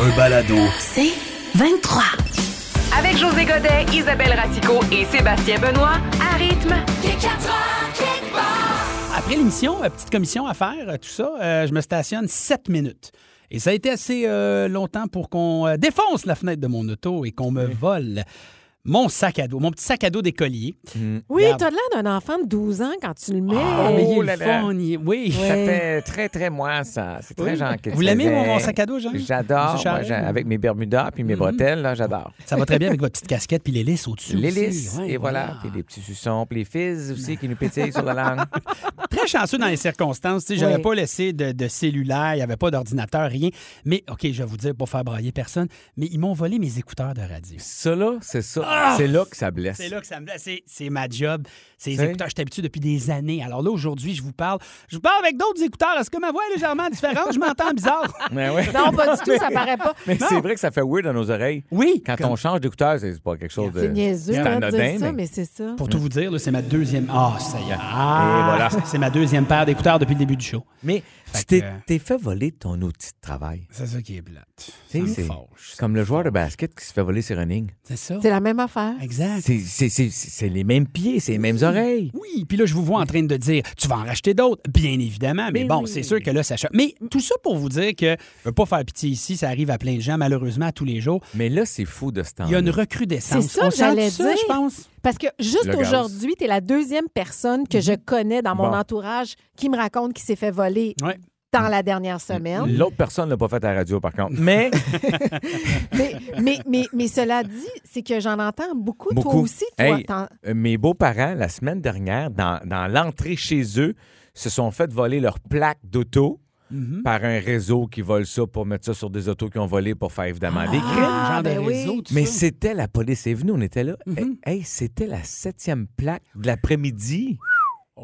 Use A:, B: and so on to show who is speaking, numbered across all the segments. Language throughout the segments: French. A: un balado.
B: C'est 23.
C: Avec José Godet, Isabelle Ratico et Sébastien Benoît, à rythme.
D: Après l'émission, euh, petite commission à faire, euh, tout ça, euh, je me stationne 7 minutes. Et ça a été assez euh, longtemps pour qu'on euh, défonce la fenêtre de mon auto et qu'on me vole mon sac à dos, mon petit sac à dos d'écolier.
E: Hmm.
F: Oui,
D: Regarde.
F: t'as de l'air d'un enfant de 12 ans quand tu le mets.
D: Ah, mais il est
E: Oh là
D: le
E: là.
D: fun, il est- Oui.
E: Ça fait très, très moi, ça. C'est très
D: Oui.
E: gentil.
D: Vous l'aimez, mon, mon sac à dos, Jean?
E: J'adore.
D: Monsieur
E: moi,
D: Charest?
E: j'ai- avec mes Bermudas puis mes bretelles, là, j'adore.
D: Ça va très bien avec votre petite casquette puis l'hélice au-dessus.
E: Les
D: aussi.
E: lisses,
D: Ouais,
E: et voilà. Puis les petits suçons, puis les fizz aussi qui nous pétillent sur la langue.
D: Très chanceux dans les circonstances. Tu sais,
F: Oui.
D: J'avais pas laissé de, de cellulaire, il n'y avait pas d'ordinateur, rien. Mais, OK, je vais vous dire, pour faire brailler personne, mais ils m'ont volé mes écouteurs de radio.
E: Ça, là, c'est ça. Ah! C'est là que ça blesse.
D: C'est là que ça me c'est- C'est ma job. C'est les
E: C'est-
D: écouteurs. Je suis habitué depuis des années. Alors là, aujourd'hui, je vous parle. Je vous parle avec d'autres écouteurs. Est-ce que ma voix est légèrement différente? Je m'entends bizarre.
E: Mais Ben ouais.
F: Non, pas du tout, ça paraît pas.
E: Mais c'est vrai que ça fait weird dans nos oreilles.
D: Oui.
E: Quand
D: Comme-
E: on change d'écouteur, c'est pas quelque chose de.
F: C'est niaiseux
E: C'est
F: hein, de
E: anodin,
F: dire ça,
E: mais-
F: mais c'est ça.
D: Pour tout vous dire, là, c'est ma deuxième. Ah, ça y est. Ah,
E: voilà.
D: C'est ma deuxième paire d'écouteurs depuis le début du show.
E: Mais
D: Fait
E: tu t'es
D: que-
E: t'es fait voler ton outil de travail.
D: C'est ça qui est plate.
E: Tu sais, C'est comme le joueur de basket qui se fait voler ses running.
D: C'est ça.
F: C'est la même affaire.
D: Exact.
E: C'est- C'est c'est- c'est les mêmes pieds, c'est les mêmes oreilles.
D: Oui, puis là, je vous vois en train de dire, tu vas en racheter d'autres, bien évidemment, mais, bon, c'est sûr que là, ça choque. Mais tout ça pour vous dire que, je veux pas faire pitié ici, ça arrive à plein de gens, malheureusement, à tous les jours.
E: Mais là, c'est fou de ce temps
D: Il y a une recrudescence.
F: C'est ça
D: On
F: que
D: sent
F: j'allais
D: ça,
F: dire.
D: je pense.
F: Parce que juste
E: Le gaz.
F: aujourd'hui, tu es la deuxième personne que je connais dans mon
E: Bon.
F: entourage qui me raconte qu'il s'est fait voler
D: Ouais.
F: dans la dernière semaine.
E: L'autre personne l'a pas fait à la radio, par contre. Mais
F: mais, mais, mais, mais cela dit, c'est que j'en entends beaucoup. Toi
E: Beaucoup.
F: aussi, toi.
E: Hey.
F: t'en-
E: euh, mes beaux-parents, la semaine dernière, dans, dans l'entrée chez eux, se sont fait voler leur plaque d'auto
D: Mhm.
E: par un réseau qui vole ça pour mettre ça sur des autos qui ont volé pour faire évidemment des crimes.
D: Le genre
F: ben
D: de
F: oui.
D: réseau, tout
E: Mais
D: Ah! ça. Mhm.
E: c'était la police est venue, on était là. Hey, hey, c'était la septième plaque de l'après-midi.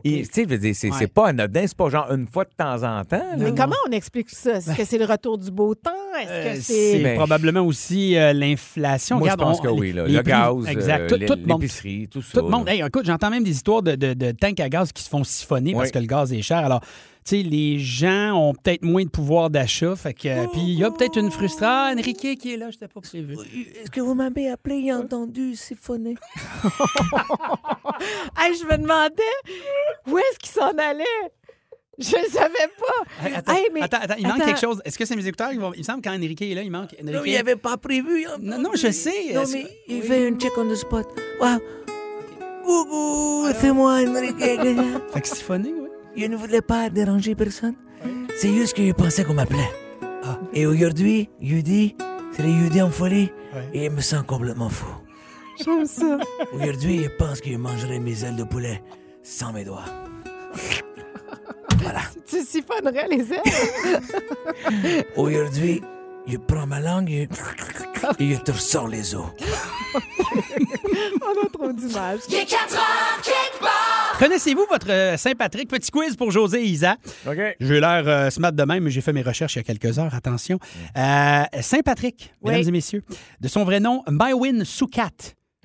E: Et, tu sais, je veux dire, c'est
D: Ouais.
E: c'est pas anodin, c'est pas genre une fois de temps en temps. là.
F: Mais comment on explique ça? Est-ce que c'est le retour du beau temps? Est-ce
D: Euh,
F: que
D: C'est
F: c'est.
E: ben,
D: probablement aussi euh, l'inflation.
E: Moi, je
D: Regarde,
E: pense
D: on-
E: que
D: les-
E: oui. Là.
D: les
E: Le
D: prix-
E: gaz,
D: exact.
E: euh,
D: Tout-
E: l'é-
D: tout le monde-
E: l'épicerie, tout ça.
D: Tout le monde.
E: là.
D: Hey, écoute, j'entends même des histoires de, de, de tanks à gaz qui se font siphonner parce
E: Ouais.
D: que le gaz est cher. Alors, tu sais, les gens ont peut-être moins de pouvoir d'achat. Fait que, euh, puis il y a peut-être une frustration. Ah, Enrique qui est là, je n'étais pas prévu.
F: Hey, je me demandais où est-ce qu'il s'en allait. Je ne savais pas.
D: Attends,
F: Hey, mais-
D: attends, attends, il manque
F: attends.
D: quelque chose. Est-ce que c'est mes écouteurs qui vont. Il me semble que quand Enrique est là, il manque. Enrique-
G: pas prévu. hein.
D: Non, non, je sais. euh,
G: Non,
D: Est-ce
G: mais
D: que-
G: il
D: Oui.
G: fait une check on the spot. Wow. Coucou, c'est moi, Enrique Aguilar.
D: Fait que siphonner, oui.
G: Je ne voulais pas déranger personne. C'est juste que je pensais qu'on m'appelait. Ah. Et aujourd'hui, jeudi, c'est le jeudi en folie. Et je me sens complètement fou.
F: J'aime ça.
G: Aujourd'hui, je pense que je mangerai mes ailes de poulet sans mes doigts.
F: Tu siphonnerais les ailes.
G: Aujourd'hui, je prends ma langue et et je te ressors les os.
F: On a trop d'images.
D: Connaissez-vous votre euh, Saint-Patrick? Petit quiz pour José et Isa.
E: OK.
D: J'ai l'air euh, smart de même, mais j'ai fait mes recherches il y a quelques heures, attention. Euh, Saint-Patrick,
F: Oui.
D: mesdames et messieurs, de son vrai nom, Mywin Soukat.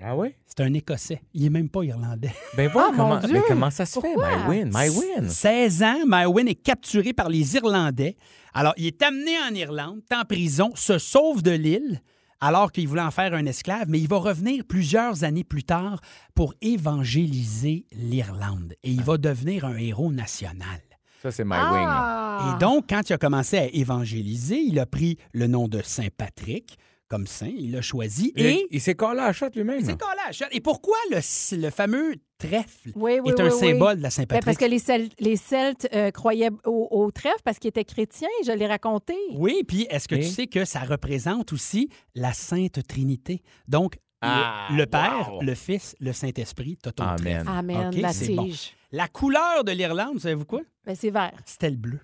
E: Ah oui?
D: C'est un Écossais. Il n'est même pas Irlandais.
E: Ben voilà
F: Ah, mon
E: comment,
F: Dieu.
E: mais comment ça se
F: Pourquoi?
E: fait, my win, my win.
D: 16 ans, Mywin est capturé par les Irlandais. Alors, il est amené en Irlande, est en prison, se sauve de l'île alors qu'il voulait en faire un esclave, mais il va revenir plusieurs années plus tard pour évangéliser l'Irlande. Et il va devenir un héros national.
E: Ça, c'est my win.
F: Ah!
D: Et donc, quand il a commencé à évangéliser, il a pris le nom de Saint Patrick comme saint, il l'a choisi
E: Il,
D: et...
E: il s'est collé à la shot lui-même.
D: C'est collé à la chatte. Et pourquoi le, le fameux trèfle
F: Oui, oui,
D: est un
F: oui, oui.
D: symbole de la
F: Ben, parce
D: Saint-Patrick?
F: que les, Cel- les Celtes euh, croyaient au, au trèfle parce qu'ils étaient chrétiens, je l'ai raconté.
D: Oui, puis est-ce que tu
E: Et?
D: sais que ça représente aussi la Sainte Trinité? Donc, le-
E: Ah,
D: le, Père,
E: wow. Ah,
D: le Fils, le Saint-Esprit, t'as ton trèfle.
E: Amen.
F: Amen,
D: OK,
F: la
D: c'est bon.
F: tige.
D: La couleur de l'Irlande, savez-vous quoi?
F: Ben, c'est vert.
D: C'était le bleu.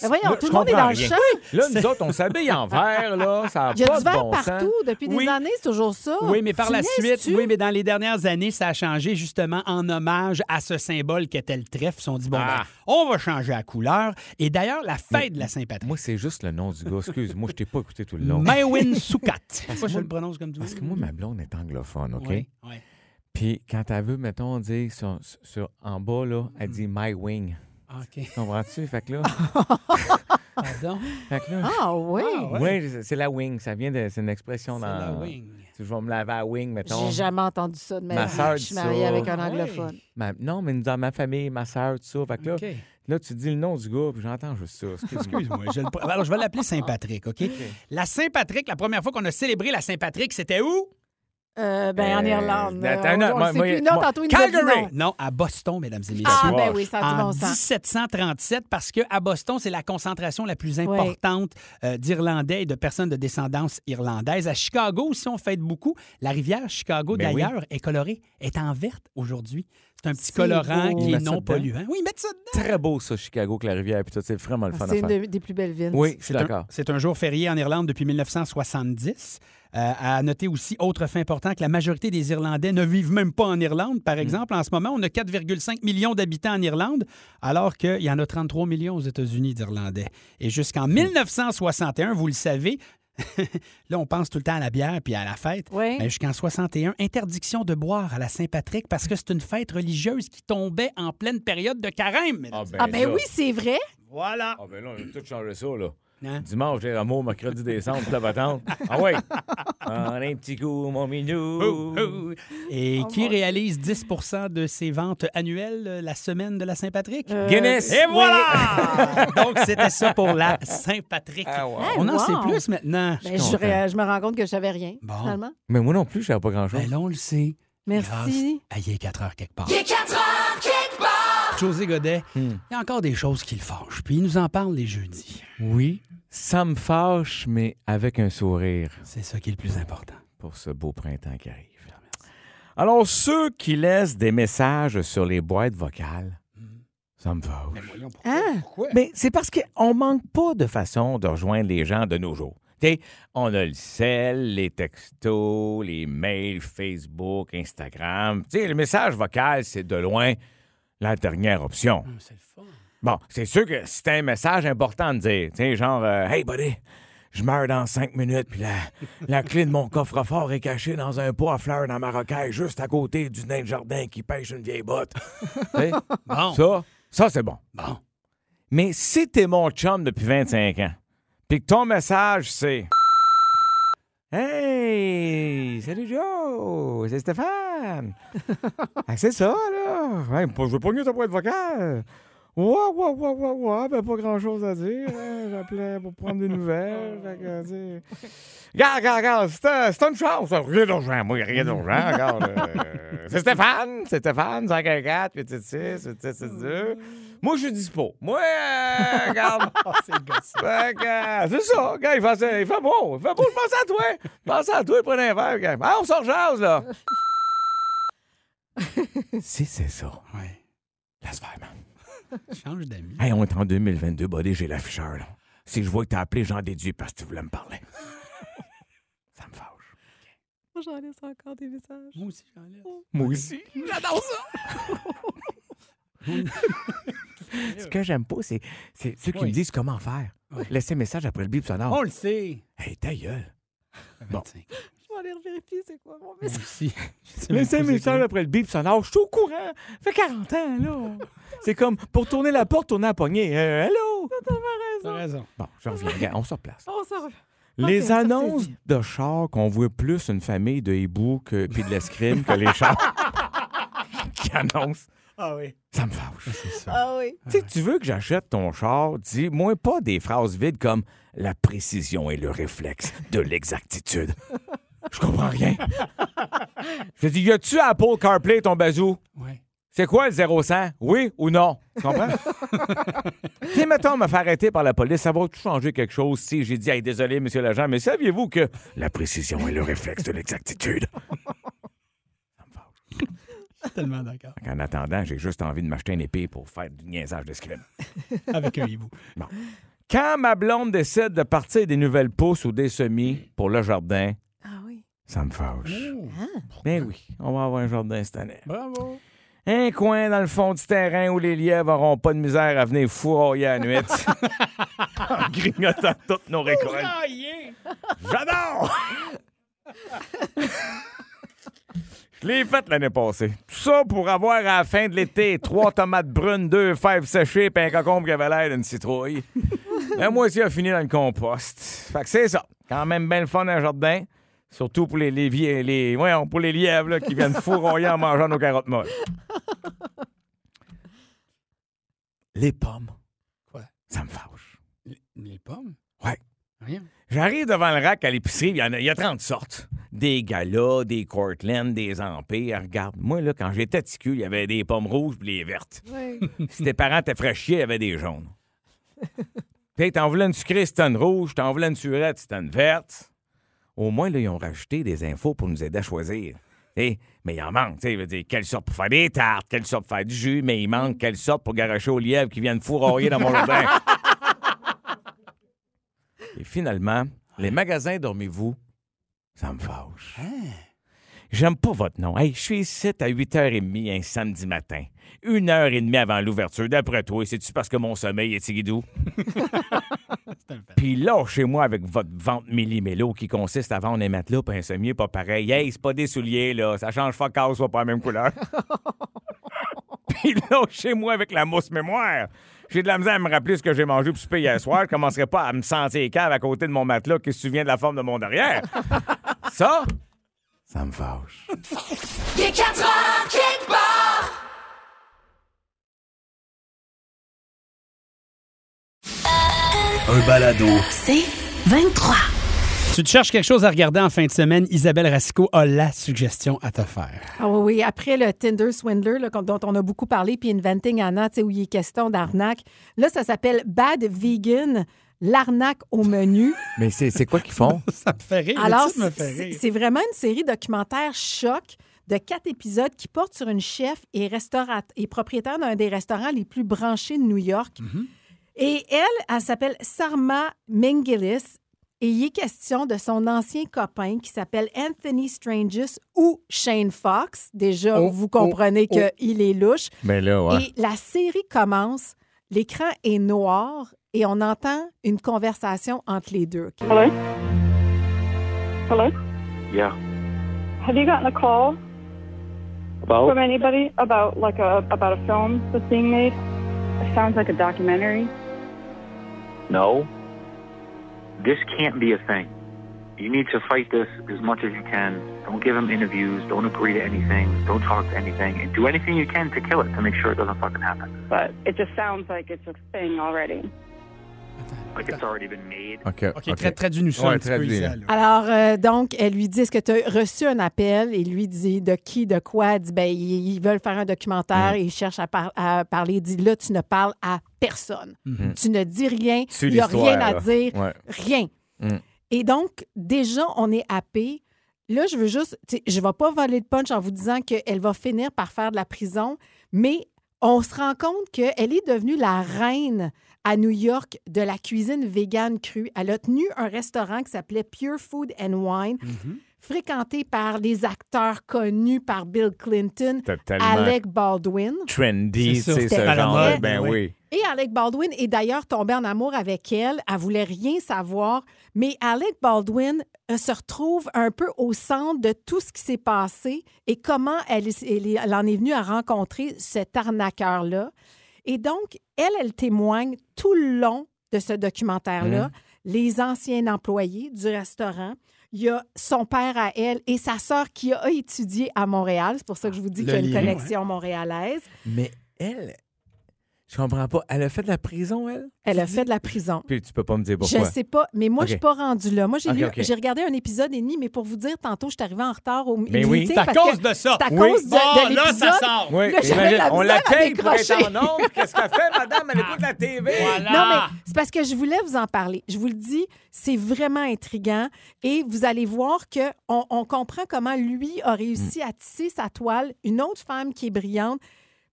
F: Ben, voyons,
E: Moi,
F: tout
E: je
F: le monde est
E: comprends
F: dans le
E: rien.
F: champ.
E: Là, nous autres, on s'habille en vert, là. Ça a
F: Il y a
E: pas
F: du
E: de
F: vert
E: bon
F: partout
E: sens.
F: depuis
D: Oui.
F: des années, c'est toujours ça.
D: Oui, mais par
F: Tu
D: la
F: niaises-tu?
D: suite, oui, mais dans les dernières années, ça a changé justement en hommage à ce symbole qu'était le trèfle. Ils se sont dit, bon, ben,
E: Ah.
D: on va changer la couleur. Et d'ailleurs, la fête de la Saint-Patrick.
E: Moi, c'est juste le nom du gars. Excuse-moi, je t'ai pas écouté tout le long.
D: Maywin Soukat. Moi, je
E: moi-
D: le prononce comme tu
E: Parce que moi, ma blonde est anglophone, OK?
D: Oui, oui.
E: Puis quand elle veut, mettons, dire sur, sur- en bas, là, elle dit my wing.
D: Ah, OK.
E: Comprends-tu? Fait que là,
D: donc.
E: Fait que là,
F: Ah oui?
D: Ah, ouais.
E: ouais, je- c'est la wing. Ça vient de. C'est une expression
D: C'est
E: dans.
D: la wing.
E: Tu- Je vais me laver à la wing, mettons.
F: J'ai jamais entendu ça de
E: Ma
F: ma vie.
E: sœur
F: Je suis
E: dit ça.
F: mariée avec un
D: Ah, ouais.
F: anglophone.
E: Ma- non, mais dans ma famille, ma soeur, tout ça. Fait que là,
D: OK.
E: là, tu dis le nom du gars, puis j'entends juste ça. Excuse-moi.
D: Excuse-moi. je le- Alors, je vais l'appeler Saint-Patrick, OK? La Saint-Patrick, la première fois qu'on a célébré la Saint-Patrick, c'était où?
F: Euh, ben, en
E: Euh,
F: Irlande.
E: attends,
F: Euh, on-
E: non,
F: on
E: moi-
F: le sait
E: moi,
F: plus. Non,
E: moi-
F: tantôt, il nous a dit
D: Calgary!
F: non.
D: Non, à Boston, mesdames et messieurs.
F: Ah,
E: Soir.
F: ben oui, ça a du
D: en
F: bon sens.
D: 1737 parce que à Boston, c'est la concentration la plus
F: Ouais.
D: importante euh, d'Irlandais et de personnes de descendance irlandaise. À Chicago aussi, on fête beaucoup. La rivière Chicago,
E: Ben oui.
D: d'ailleurs, est colorée, est en verte aujourd'hui. C'est un petit
F: C'est
D: colorant
F: beau.
D: qui
E: Ils
D: est
E: mettent ça
D: non
E: dedans?
D: polluant. Oui, mettre ça dedans.
E: Très beau, ça, Chicago, que la rivière, puis tout. C'est vraiment le fun à
F: C'est une
E: faire.
F: de- des plus belles villes.
E: Oui, je suis
D: C'est un-
E: d'accord.
D: C'est un jour férié en Irlande depuis 1970. Euh, à noter aussi, autre fait important, que la majorité des Irlandais ne vivent même pas en Irlande. Par exemple, en ce moment, on a 4,5 millions d'habitants en Irlande, alors qu'il y en a 33 millions aux États-Unis d'Irlandais. Et jusqu'en 1961, vous le savez, là, on pense tout le temps à la bière puis à la fête.
F: Oui.
D: Mais jusqu'en 61, interdiction de boire à la Saint-Patrick parce que c'est une fête religieuse qui tombait en pleine période de carême. mesdames.
F: Ah ben oui, c'est vrai.
D: Voilà.
E: Ah ben là, on a tout changé ça, là.
D: Hein?
E: Dimanche, j'ai un mot, mercredi, décembre, la patente. Ah ouais! Ah, un petit coup, mon minou!
D: Et
F: Oh,
D: qui réalise 10 de ses ventes annuelles euh, la semaine de la Saint-Patrick?
F: Euh,
E: Guinness!
D: Et voilà! Donc, c'était ça pour la Saint-Patrick.
E: Ah ouais.
D: On en
F: Wow.
D: sait plus maintenant.
F: Ben,
E: suis
F: je,
E: content.
F: ré- je me rends compte que je savais rien,
D: Bon.
F: finalement.
E: Mais moi non plus, je savais pas
D: Ben
E: grand-chose.
D: là, on le sait.
F: Merci.
D: Grâce à Il est 4 heures quelque part. Il est 4 heures quelque part! José Godet, il
E: Hmm.
D: y a encore des choses qui le fâchent. Puis il nous en parle les jeudis.
E: Oui, ça me fâche, mais avec un sourire.
D: C'est ça qui est le plus important.
E: pour ce beau printemps qui arrive. Alors, ceux qui laissent des messages sur les boîtes vocales,
F: Mm.
E: ça me fâche.
F: Hein?
E: Mais c'est parce qu'on manque pas de façon de rejoindre les gens de nos jours. T'sais, on a le sel, les textos, les mails, Facebook, Instagram. T'sais, le message vocal, c'est de loin la dernière option.
D: Ah, C'est le fun.
E: Bon, c'est sûr que c'est un message important de dire. Tu sais, genre, euh, hey buddy, je meurs dans cinq minutes, puis la, la clé de mon coffre-fort est cachée dans un pot à fleurs dans ma rocaille, juste à côté du nain de jardin qui pêche une vieille botte. Tu sais,
D: Bon.
E: ça, ça c'est bon.
D: Bon.
E: Mais si t'es mon chum depuis 25 ans, puis que ton message c'est. Hey! Salut Joe! C'est Stéphane! Ah, c'est ça, là! Ouais, pas- je veux pas mieux ta boîte vocale! Ouah, ouah, ouah, ouah, ouah, ben pas grand chose à dire. hein. J'appelais pour prendre des nouvelles. Fait que, tu sais. Regarde, regarde, regarde, c'est un- c'est une chance. ça. Rien d'urgent, moi, rien d'urgent. regarde, euh, c'est Stéphane, c'est Stéphane, 514, 876, 872. Moi, je suis dispo. Moi, euh, regarde. Fait que, euh, c'est ça, gars, il fait, il fait beau. Il fait beau, je pense à toi. Je pense à toi, prenez un verre. gars. Ah, on sort jase, là. si c'est ça,
D: Ouais.
E: laisse faire, man.
D: Change d'amis.
E: Hey, on est en 2022, buddy, j'ai l'afficheur, là. Si je vois que t'as appelé, j'en déduis parce que tu voulais me parler. ça me fâche.
F: Moi, j'en laisse encore des messages.
D: Moi aussi, j'enlève.
E: Moi aussi. J'adore ça. Ce que j'aime pas, c'est c'est ceux qui
D: Oui.
E: me disent comment faire.
D: Oui.
E: Laissez un message après le bip sonore.
D: On le sait.
E: Hey, ta gueule. Ah. Bon.
D: 25.
F: Je vais aller vérifier c'est quoi mon
D: Moi
F: message.
D: aussi. Je sais même
E: Laissez un
D: pas c'est
E: message
D: quoi.
E: après le bip sonore. Je suis au courant. Ça fait 40 ans, là. C'est comme pour tourner la porte, tourner la poignée. Euh, hello.
D: T'as raison.
E: Bon, je reviens. Regarde, On se replace.
F: On s'en revient.
E: Les
F: Ok, ça,
E: annonces
F: c'est dit.
E: de chars qu'on voit plus une famille de hiboux que, puis de l'escrime que les chars qui annoncent,
D: Ah oui.
E: ça me fâche.
F: Ah oui.
E: Tu sais, tu veux que j'achète ton char, dis-moi pas des phrases vides comme la précision est le réflexe de l'exactitude. Je comprends rien. Je dis, y a-tu Apple CarPlay ton bazou?
D: Ouais.
E: C'est quoi le 0-100? Oui ou non? Tu comprends? si, mettons, me faire arrêter par la police, ça va tout changer quelque chose si j'ai dit, hey, désolé, monsieur l'agent, mais saviez-vous que la précision est le réflexe de l'exactitude?
D: Tellement d'accord.
E: En attendant, j'ai juste envie de m'acheter une épée pour faire du niaisage d'escrime.
D: Avec un hibou.
E: Quand ma blonde décide de partir des nouvelles pousses ou des semis pour le jardin,
F: Ah oui.
E: ça me fâche.
F: Ah.
E: Ben oui, on va avoir un jardin cette année.
D: Bravo.
E: Un coin dans le fond du terrain où les lièvres n'auront pas de misère à venir fourroyer à la nuit en grignotant toutes nos récoltes. J'adore! Je l'ai faite l'année passée. Tout ça pour avoir à la fin de l'été trois tomates brunes, deux fèves séchées, puis un concombre qui avait l'air d'une citrouille. La moitié a fini dans le compost. Fait que c'est ça. Quand même bien le fun dans le jardin. Surtout pour les, les, vie- les, voyons, pour les lièvres là, qui viennent fourroyer en mangeant nos carottes molles. Les pommes.
D: Quoi?
E: Ça me fâche.
D: Les pommes?
E: Ouais.
D: Rien.
E: J'arrive devant le rack à l'épicerie, il y, en a- il y a 30 sortes. Des galas, des Cortland, des Ampères. Regarde, moi, là, quand j'étais ticule, il y avait des pommes rouges puis des vertes.
F: Ouais.
E: Si tes parents t'étaient fraîchiers, il y avait des jaunes. Puis, t'en voulais une sucrée, c'était une rouge. T'en voulais une surette, c'était une verte. Au moins, là, ils ont rajouté des infos pour nous aider à choisir. T'sais, mais il en manque. t'sais, je veux dire, quelle sorte pour faire des tartes, quelle sorte pour faire du jus, mais il manque quelle sorte pour garocher aux lièvres qui viennent fourroyer dans mon jardin. Et finalement, les magasins Dormez-vous, ça me fâche. J'aime pas votre nom. Hey, je suis ici à 8h30 un samedi matin. Une heure et demie avant l'ouverture. D'après toi, c'est-tu parce que mon sommeil est tiguidou? Puis là, chez moi, avec votre vente millimélo qui consiste à vendre un matelas puis un sommier pas pareil. Hey, c'est pas des souliers, là. Ça change fuck all, soit pas la même couleur. Puis là, chez moi, avec la mousse mémoire, j'ai de la misère à me rappeler ce que j'ai mangé pour souper hier soir. Je commencerai pas à me sentir cave à côté de mon matelas qui se souvient de la forme de mon derrière. Ça, ça me fâche.
A: Un balado.
B: C'est 23.
D: Tu te cherches quelque chose à regarder en fin de semaine, Isabelle Racicot a la suggestion à te faire.
F: Ah oui, oui, après le Tinder Swindler là, qu'on- dont on a beaucoup parlé, puis Inventing Anna, tu sais, où il est question d'arnaque, là, ça s'appelle Bad Vegan, l'arnaque au menu.
E: Mais c'est quoi qu'ils font?
D: Ça me fait rire. le
F: Alors,
D: titre me fait
F: c'est
D: rire.
F: c'est vraiment une série documentaire choc de quatre épisodes qui porte sur une chef et, restaurat- et propriétaire d'un des restaurants les plus branchés de New York.
D: Mm-hmm.
F: Et elle, elle s'appelle Sarma Mengelis. Et il est question de son ancien copain qui s'appelle Anthony Stranges ou Shane Fox. Déjà,
D: Oh,
F: vous comprenez
D: oh, oh.
F: qu'il est louche.
E: Mais Ben là,
F: Et la série commence, l'écran est noir et on entend une conversation entre les deux. OK?
H: Hello?
I: Yeah.
H: Have you gotten a call
I: About?
H: from anybody about like a about a film that's being made? It sounds like a documentary.
I: No. This can't be a thing. You need to fight this as much as you can. Don't give him interviews. Don't agree to anything. Don't talk to anything. And do anything you can to kill it to make sure it doesn't fucking happen.
H: But it just sounds like it's a thing already.
I: Like it's already been made.
E: OK,
D: OK, tra- traduis-nous ça
E: Ouais,
D: un petit peu,
E: traduis,
D: Isa,
E: là.
D: là.
F: Alors, euh, donc, elle lui dit, est-ce que tu as reçu un appel? Et lui dit, de qui, de quoi? Elle dit, ben, ils ils veulent faire un documentaire, ils cherchent à, par- à parler. Il dit, là, tu ne parles à personne.
D: Mhm.
F: Tu ne dis rien,
E: Suis
F: il n'y a
E: l'histoire,
F: rien à
E: là.
F: dire,
E: Ouais.
F: rien.
E: Mm.
F: Et donc, déjà, on est happé. Là, je veux juste, tu sais, je ne vais pas voler le punch en vous disant qu'elle va finir par faire de la prison, mais on se rend compte qu'elle est devenue la reine à New York de la cuisine végane crue. Elle a tenu un restaurant qui s'appelait Pure Food and Wine, fréquenté par des acteurs connus par Bill Clinton,
E: T'as tellement
F: Alec Baldwin.
E: trendy,
D: C'est
E: tu
D: ça.
E: sais,
D: C'était
E: ce
D: à la
E: genre
D: mode,
E: Ben
D: oui.
E: oui.
F: Et Alec Baldwin est d'ailleurs tombé en amour avec elle. Elle voulait rien savoir. Mais Alec Baldwin euh, se retrouve un peu au centre de tout ce qui s'est passé et comment elle, est- elle est- elle en est venue à rencontrer cet arnaqueur-là. Et donc, elle, elle témoigne tout le long de ce documentaire-là, les anciens employés du restaurant. Il y a son père à elle et sa sœur qui a étudié à Montréal. C'est pour ça que je vous dis
D: Le
F: qu'il y a une
D: lien,
F: connexion montréalaise.
E: Mais elle, je comprends pas. Elle a fait de la prison, elle?
F: Elle a fait de la prison.
E: Puis tu peux pas me dire
F: Je sais pas, mais moi,
E: Ok.
F: je suis pas rendue là. Moi, j'ai
E: Ok,
F: lu-
E: ok.
F: j'ai regardé un épisode et demi, mais pour vous dire, tantôt, je suis arrivée en retard au
E: Mais oui,
D: C'est à cause de ça. Oh,
F: c'est à cause de- de
D: là, ça
F: l'épisode.
D: sort.
E: Oui,
F: Là, j'avais
E: imagine,
F: de la
E: on
F: misère à
E: l'accueille pour être
F: décrocher.
E: en nombre. Qu'est-ce qu'elle fait, madame? Elle écoute la TV.
F: Non, mais
D: Voilà.
F: c'est parce que je voulais vous en parler. Je vous le dis, c'est vraiment intriguant et vous allez voir que on, on comprend comment lui a réussi
D: Mm.
F: à tisser sa toile, une autre femme qui est brillante,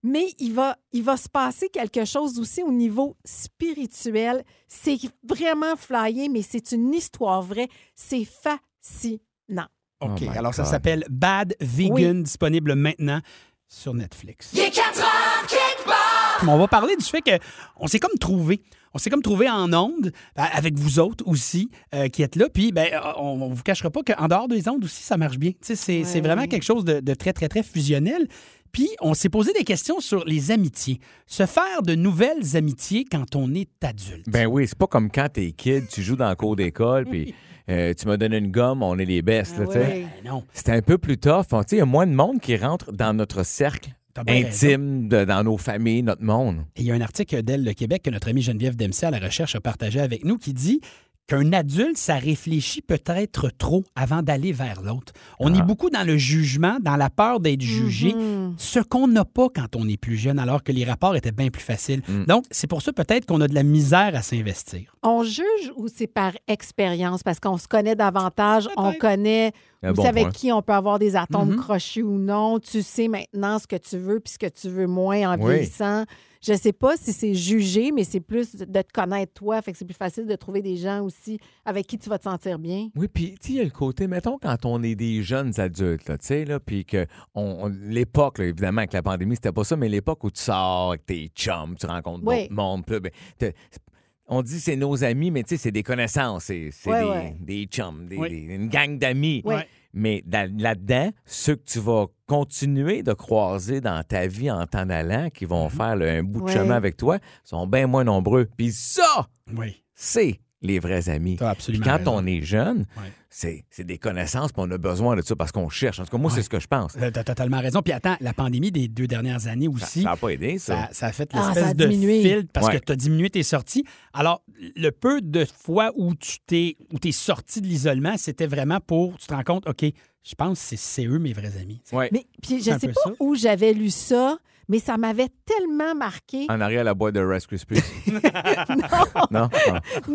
F: mais il va, il va se passer quelque chose aussi au niveau spirituel. C'est vraiment flyé, mais c'est une histoire vraie. C'est fascinant.
D: OK,
E: Oh my
D: alors ça
E: God.
D: s'appelle Bad Vegan, disponible maintenant sur Netflix.
B: Il est 4 heures quelque part.
D: mais on va parler du fait qu'on s'est comme trouvé. On s'est comme trouvé en onde euh, avec vous autres aussi euh, qui êtes là. Puis, ben, euh, on, on vous cachera pas qu'en dehors des ondes aussi, ça marche bien. Tu sais, C'est c'est vraiment quelque chose de, de très, très, très fusionnel. Puis, on s'est posé des questions sur les amitiés. Se faire de nouvelles amitiés quand on est adulte.
E: Ben oui, c'est pas comme quand t'es kid, tu joues dans le cours d'école, puis euh, tu m'as donné une gomme, on est les
B: Ah
E: bestes, là, tu sais.
F: oui.
D: Ben non.
E: C'est un peu plus tough. On- tu sais, Il y a moins de monde qui rentre dans notre cercle
D: T'as bien
E: intime, de- dans nos familles, notre monde.
D: Et il y a un article d'Elle Le Québec que notre amie Geneviève Dempsey à la recherche a partagé avec nous qui dit qu'un adulte, ça réfléchit peut-être trop avant d'aller vers l'autre. On
E: Ah.
D: est beaucoup dans le jugement, dans la peur d'être jugé,
E: Mhm.
F: Mm.
D: ce qu'on n'a pas quand on est plus jeune, alors que les rapports étaient bien plus faciles.
E: Mm.
D: Donc, c'est pour ça peut-être qu'on a de la misère à s'investir.
F: On juge ou c'est par expérience parce qu'on se connaît davantage, on
D: Peut-être.
F: connaît,
E: Un
F: vous
E: bon
F: savez
E: point.
F: qui on peut avoir des atomes
D: Mhm.
F: crochus ou non, tu sais maintenant ce que tu veux puis ce que tu veux moins en
E: Oui.
F: vieillissant. Je sais pas si c'est jugé, mais c'est plus de te connaître toi, fait que c'est plus facile de trouver des gens aussi avec qui tu vas te sentir bien.
E: Oui, puis tu sais, il y a le côté, mettons, quand on est des jeunes adultes, là, tu sais, là, puis que on, on- l'époque, là, évidemment, avec la pandémie, c'était pas ça, mais l'époque où tu sors avec tes chums, tu rencontres
F: Oui.
E: d'autres mondes, puis là, ben, t'as- on dit c'est nos amis, mais tu sais, c'est des connaissances, c'est c'est
F: Ouais,
E: des,
F: ouais.
E: des chums, des-
D: Oui.
E: des- une gang d'amis.
F: Ouais.
E: Mais dans- là-dedans, ceux que tu vas continuer de croiser dans ta vie en t'en allant, qui
D: Mm-hmm.
E: vont faire le- un bout de
F: Ouais.
E: chemin avec toi, sont bien moins nombreux. Puis ça,
D: Oui,
E: c'est les vrais amis.
D: t'as
E: Puis
D: absolument
E: quand
D: raison.
E: on est jeune,
D: Ouais.
E: c'est c'est des connaissances, puis on a besoin de ça parce qu'on cherche. En tout cas, moi, c'est ce que je pense.
D: Euh, T'as totalement raison. Puis attends, la pandémie des deux dernières années aussi,
E: Ça n'a pas aidé, ça.
D: ça, ça a fait
F: Ah,
D: l'espèce
F: ça a
D: de
F: diminué.
D: filtre parce
E: Ouais.
D: que tu as diminué tes sorties. Alors, le peu de fois où tu t'es où t'es sorti de l'isolement, c'était vraiment pour, tu te rends compte, OK, je pense que c'est- c'est eux mes vrais amis.
E: Ouais.
F: Mais puis
D: C'est
F: je
D: un
F: sais
D: peu ça.
F: pas où j'avais lu ça, mais ça m'avait tellement marqué.
E: En arrière, la boîte de Rice Krispies. non. non.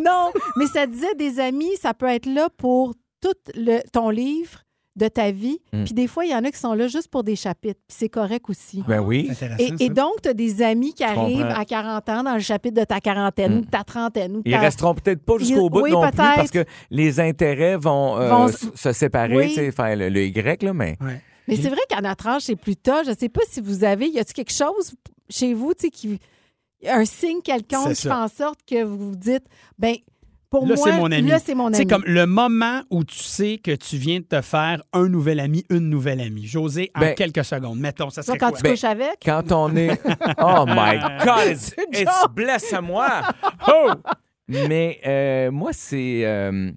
F: Non, mais ça disait des amis, ça peut être là pour tout le, ton livre de ta vie.
D: Hmm.
E: Mm.
F: Puis des fois, il y en a qui sont là juste pour des chapitres. Puis c'est correct aussi.
E: Ben oui.
D: C'est intéressant.
F: Et, et
D: ça.
F: donc, tu as des amis qui arrivent
E: comprends.
F: à 40 ans dans le chapitre de ta quarantaine
E: Mm.
D: Hmm.
F: ou de ta trentaine. Ou de
E: Ils
F: ta-
E: resteront peut-être pas jusqu'au
F: Ils-
E: bout
F: oui,
E: non plus
F: peut-être.
E: parce que les intérêts vont, euh,
F: Vont s-
E: s- se séparer,
F: Oui.
E: tu sais, faire le, le Y, là, mais
D: Ouais.
F: Mais c'est vrai qu'à notre âge, c'est plus tard. Je sais pas si vous avez, y a-t-il quelque chose chez vous, tu sais, qui un signe quelconque
D: C'est
F: qui
D: ça.
F: fait en sorte que vous vous dites, ben pour
D: Là,
F: moi,
D: c'est mon ami.
F: là, c'est mon ami.
D: C'est comme le moment où tu sais que tu viens de te faire un nouvel ami, une nouvelle amie. José, en
E: Ben-
D: quelques secondes, mettons, ça
F: Donc,
D: serait
F: quand
D: quoi?
F: tu
E: Ben,
F: couches avec,
E: quand on est. Oh my God, it's, it's bless à moi. Oh! Mais euh, moi, c'est. euh,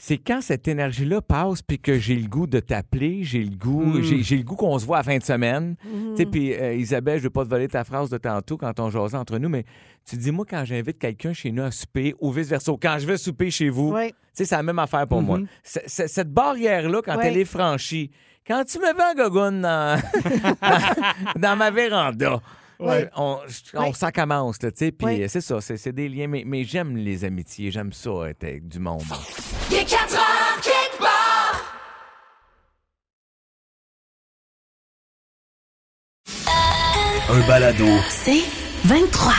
E: c'est quand cette énergie-là passe, puis que j'ai le goût de t'appeler, j'ai le goût,
D: Mm.
E: j'ai, j'ai le goût qu'on se voit à la fin de semaine. Tu sais, puis euh, Isabelle, je veux pas te voler ta phrase de tantôt quand on jasait entre nous, mais tu dis moi quand j'invite quelqu'un chez nous à souper ou vice versa, quand je vais souper chez vous,
F: Ouais.
E: tu sais, c'est la même affaire pour moi. C'est- c'est- cette barrière-là, quand
F: Ouais.
E: elle est franchie, quand tu me vends gogoune dans, dans ma véranda,
F: Ouais.
E: on, on
F: Ouais.
E: ça commence, là, tu sais, puis
F: Ouais.
E: euh, c'est ça, c'est c'est des liens, mais, mais j'aime les amitiés, j'aime ça être avec du monde.
G: Un balado.
J: C'est 23.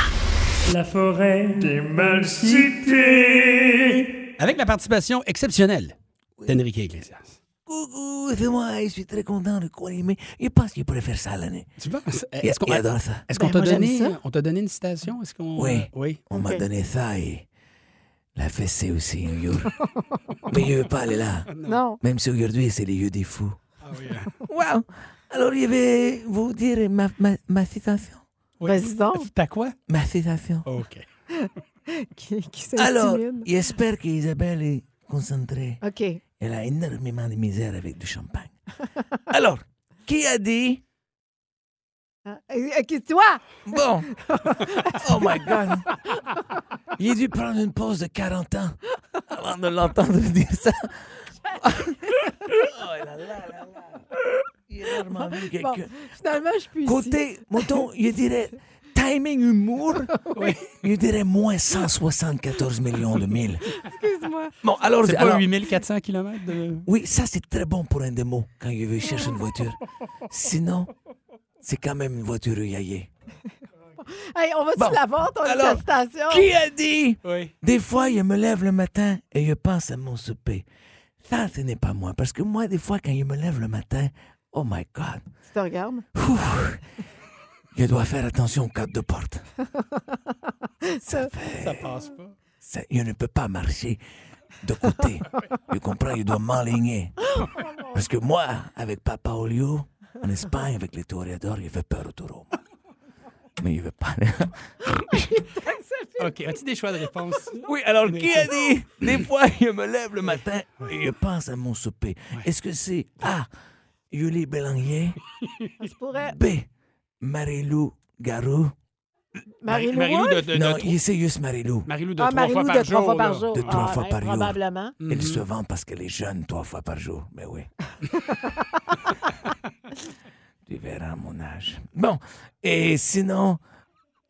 I: La forêt des mal cités.
D: Ben, Avec la participation exceptionnelle d'Enrique Iglesias.
G: Coucou, c'est moi, je suis très content de quoi aimer. Je pense qu'il pourrait faire ça l'année.
D: Tu penses? Eh,
G: Il,
D: Est-ce qu'on
G: il adore ça.
D: est-ce qu'on
F: Ben,
D: t'a
F: moi, j'aime
D: donné,
F: ça.
D: on t'a donné une citation? Est-ce qu'on...
G: Oui.
D: Oui.
G: On m'a
F: Ok.
G: donné ça et la fessée aussi un jour. Mais je veux pas aller là.
F: non.
G: Même si aujourd'hui, c'est les yeux des fous. Wow! Alors, je vais vous dire ma, ma, ma citation.
F: Vas-y donc.
D: T'as quoi?
G: Ma citation.
D: OK.
F: qui, qui
G: Alors,
F: s'insinue.
G: j'espère qu'Isabelle est concentrée.
F: OK.
G: Elle a énormément de misère avec du champagne. Alors, qui a dit
F: Ah, OK, toi!
G: Bon. Oh my God. J'ai dû prendre une pause de 40 ans avant de l'entendre dire ça. oh là là là là. Il est rarement vu
F: Bon,
G: quelqu'un.
F: finalement, je suis ici.
G: Côté, mettons, je dirais timing humour, je dirais moins 174 millions de mille.
F: Excuse-moi.
G: Bon, alors,
D: C'est
G: alors-
D: pas 8400 km de...
G: oui, ça c'est très bon pour un démo quand je veux chercher une voiture. Sinon, c'est quand même une voiture yaillée.
F: Hey, on va-tu
G: Bon.
F: l'avoir, ton
G: Alors,
F: attestation?
G: Qui a dit
D: Oui.
G: Des fois, je me lève le matin et je pense à mon souper. Ça, ce n'est pas moi, parce que moi, des fois, quand je me lève le matin, oh my God,
F: Tu te regardes?
G: Ouf. Je dois faire attention aux cartes de porte.
F: Ça-
D: Ça passe pas.
G: Ça- je ne peux pas marcher de côté. tu comprends? Je dois m'aligner. Parce que moi, avec Papa Olio, en Espagne, avec les toréadors, il fait peur au taureau. Mais il veut pas.
D: OK. As-tu des choix de réponse?
G: Oui, alors qui a dit Des fois, je me lève le matin et je pense à mon souper. Est-ce que c'est A. Julie Bélanger
F: Je pourrais.
G: B. Marie-Lou Garou
F: Marie-Lou
D: Ben, Marie-Lou
F: Wolfe?
D: de, de- de-
G: Non,
D: tro-
G: il- c'est juste Marie-Lou.
D: Marie-Lou de
F: Ah,
D: trois
F: Marie-Lou
D: fois
F: de
D: par jour.
F: trois fois par
D: là.
F: jour.
G: De trois
F: Ah,
G: fois
F: ben,
G: par jour.
F: Probablement.
G: Elle se vend parce qu'elle est jeune trois fois par jour. Mais oui. tu verras mon âge. Bon, et sinon,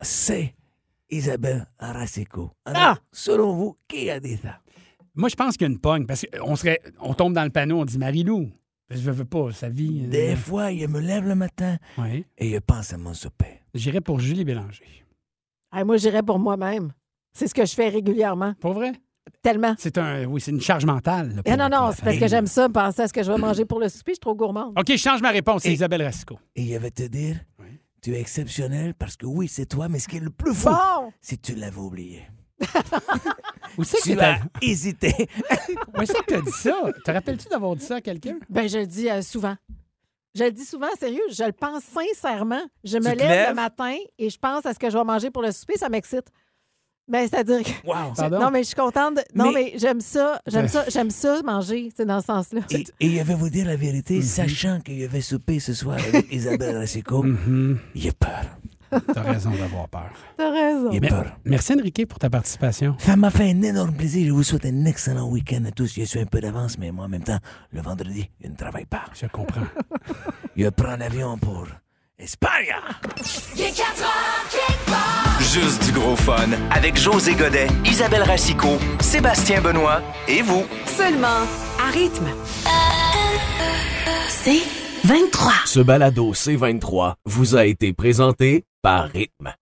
G: c'est Isabelle Aracico. Alors, selon vous, qui a dit ça?
D: Moi, je pense qu'il y a une pogne parce qu'on serait, on tombe dans le panneau, on dit Marie-Lou. Je veux pas, sa vie. euh,
G: Des fois, je me lève le matin
D: ouais.
G: et je pense à mon souper.
D: J'irais pour Julie Bélanger.
F: Ah, moi, j'irais pour moi-même. C'est ce que je fais régulièrement.
D: Pour vrai?
F: Tellement.
D: C'est un, oui, c'est une charge mentale. là, pour-
F: Ah non,
D: pour
F: non,
D: la
F: c'est parce
D: famille.
F: que j'aime ça, penser à ce que je vais manger pour le souper. Je suis trop gourmande.
D: OK, je change ma réponse. C'est
G: Et-
D: Isabelle Rasco.
G: Et je vais te dire,
D: Oui.
G: tu es exceptionnel parce que oui, c'est toi, mais ce qui est le plus fou,
F: Bon!
G: c'est que tu l'avais oublié.
D: Où c'est que
G: Tu
D: t'as
G: as hésité.
D: où est-ce que t'as dit ça? Te rappelles-tu d'avoir dit ça à quelqu'un?
F: Ben, je le dis euh, souvent. Je le dis souvent, sérieux, je le pense sincèrement. Je me
A: te
F: lève
A: lèves?
F: le matin et je pense à ce que je vais manger pour le souper, ça m'excite. Mais c'est-à-dire que.
G: Wow.
D: Pardon?
F: Non, mais je suis contente. de- Non,
G: Mais-
F: mais, j'aime ça. J'aime
D: Ben-
F: ça. J'aime ça manger, c'est dans ce sens-là.
G: Et, et je vais vous dire la vérité, sachant que je vais souper ce soir avec Isabelle Racicot, j'ai peur.
D: T'as raison d'avoir peur.
F: T'as raison.
G: J'ai
D: Mais-
G: peur.
D: Merci, Enrique, pour ta participation.
G: Ça m'a fait un énorme plaisir. Je vous souhaite un excellent week-end à tous. Je suis un peu d'avance, mais moi, en même temps, le vendredi, je ne travaille pas.
D: Je comprends.
G: Je prends l'avion pour Espagne.
K: Juste du gros fun avec José Godet, Isabelle Racicot, Sébastien Benoît et vous.
C: Seulement à rythme.
B: C'est 23.
K: Ce balado C23 vous a été présenté par Rythme.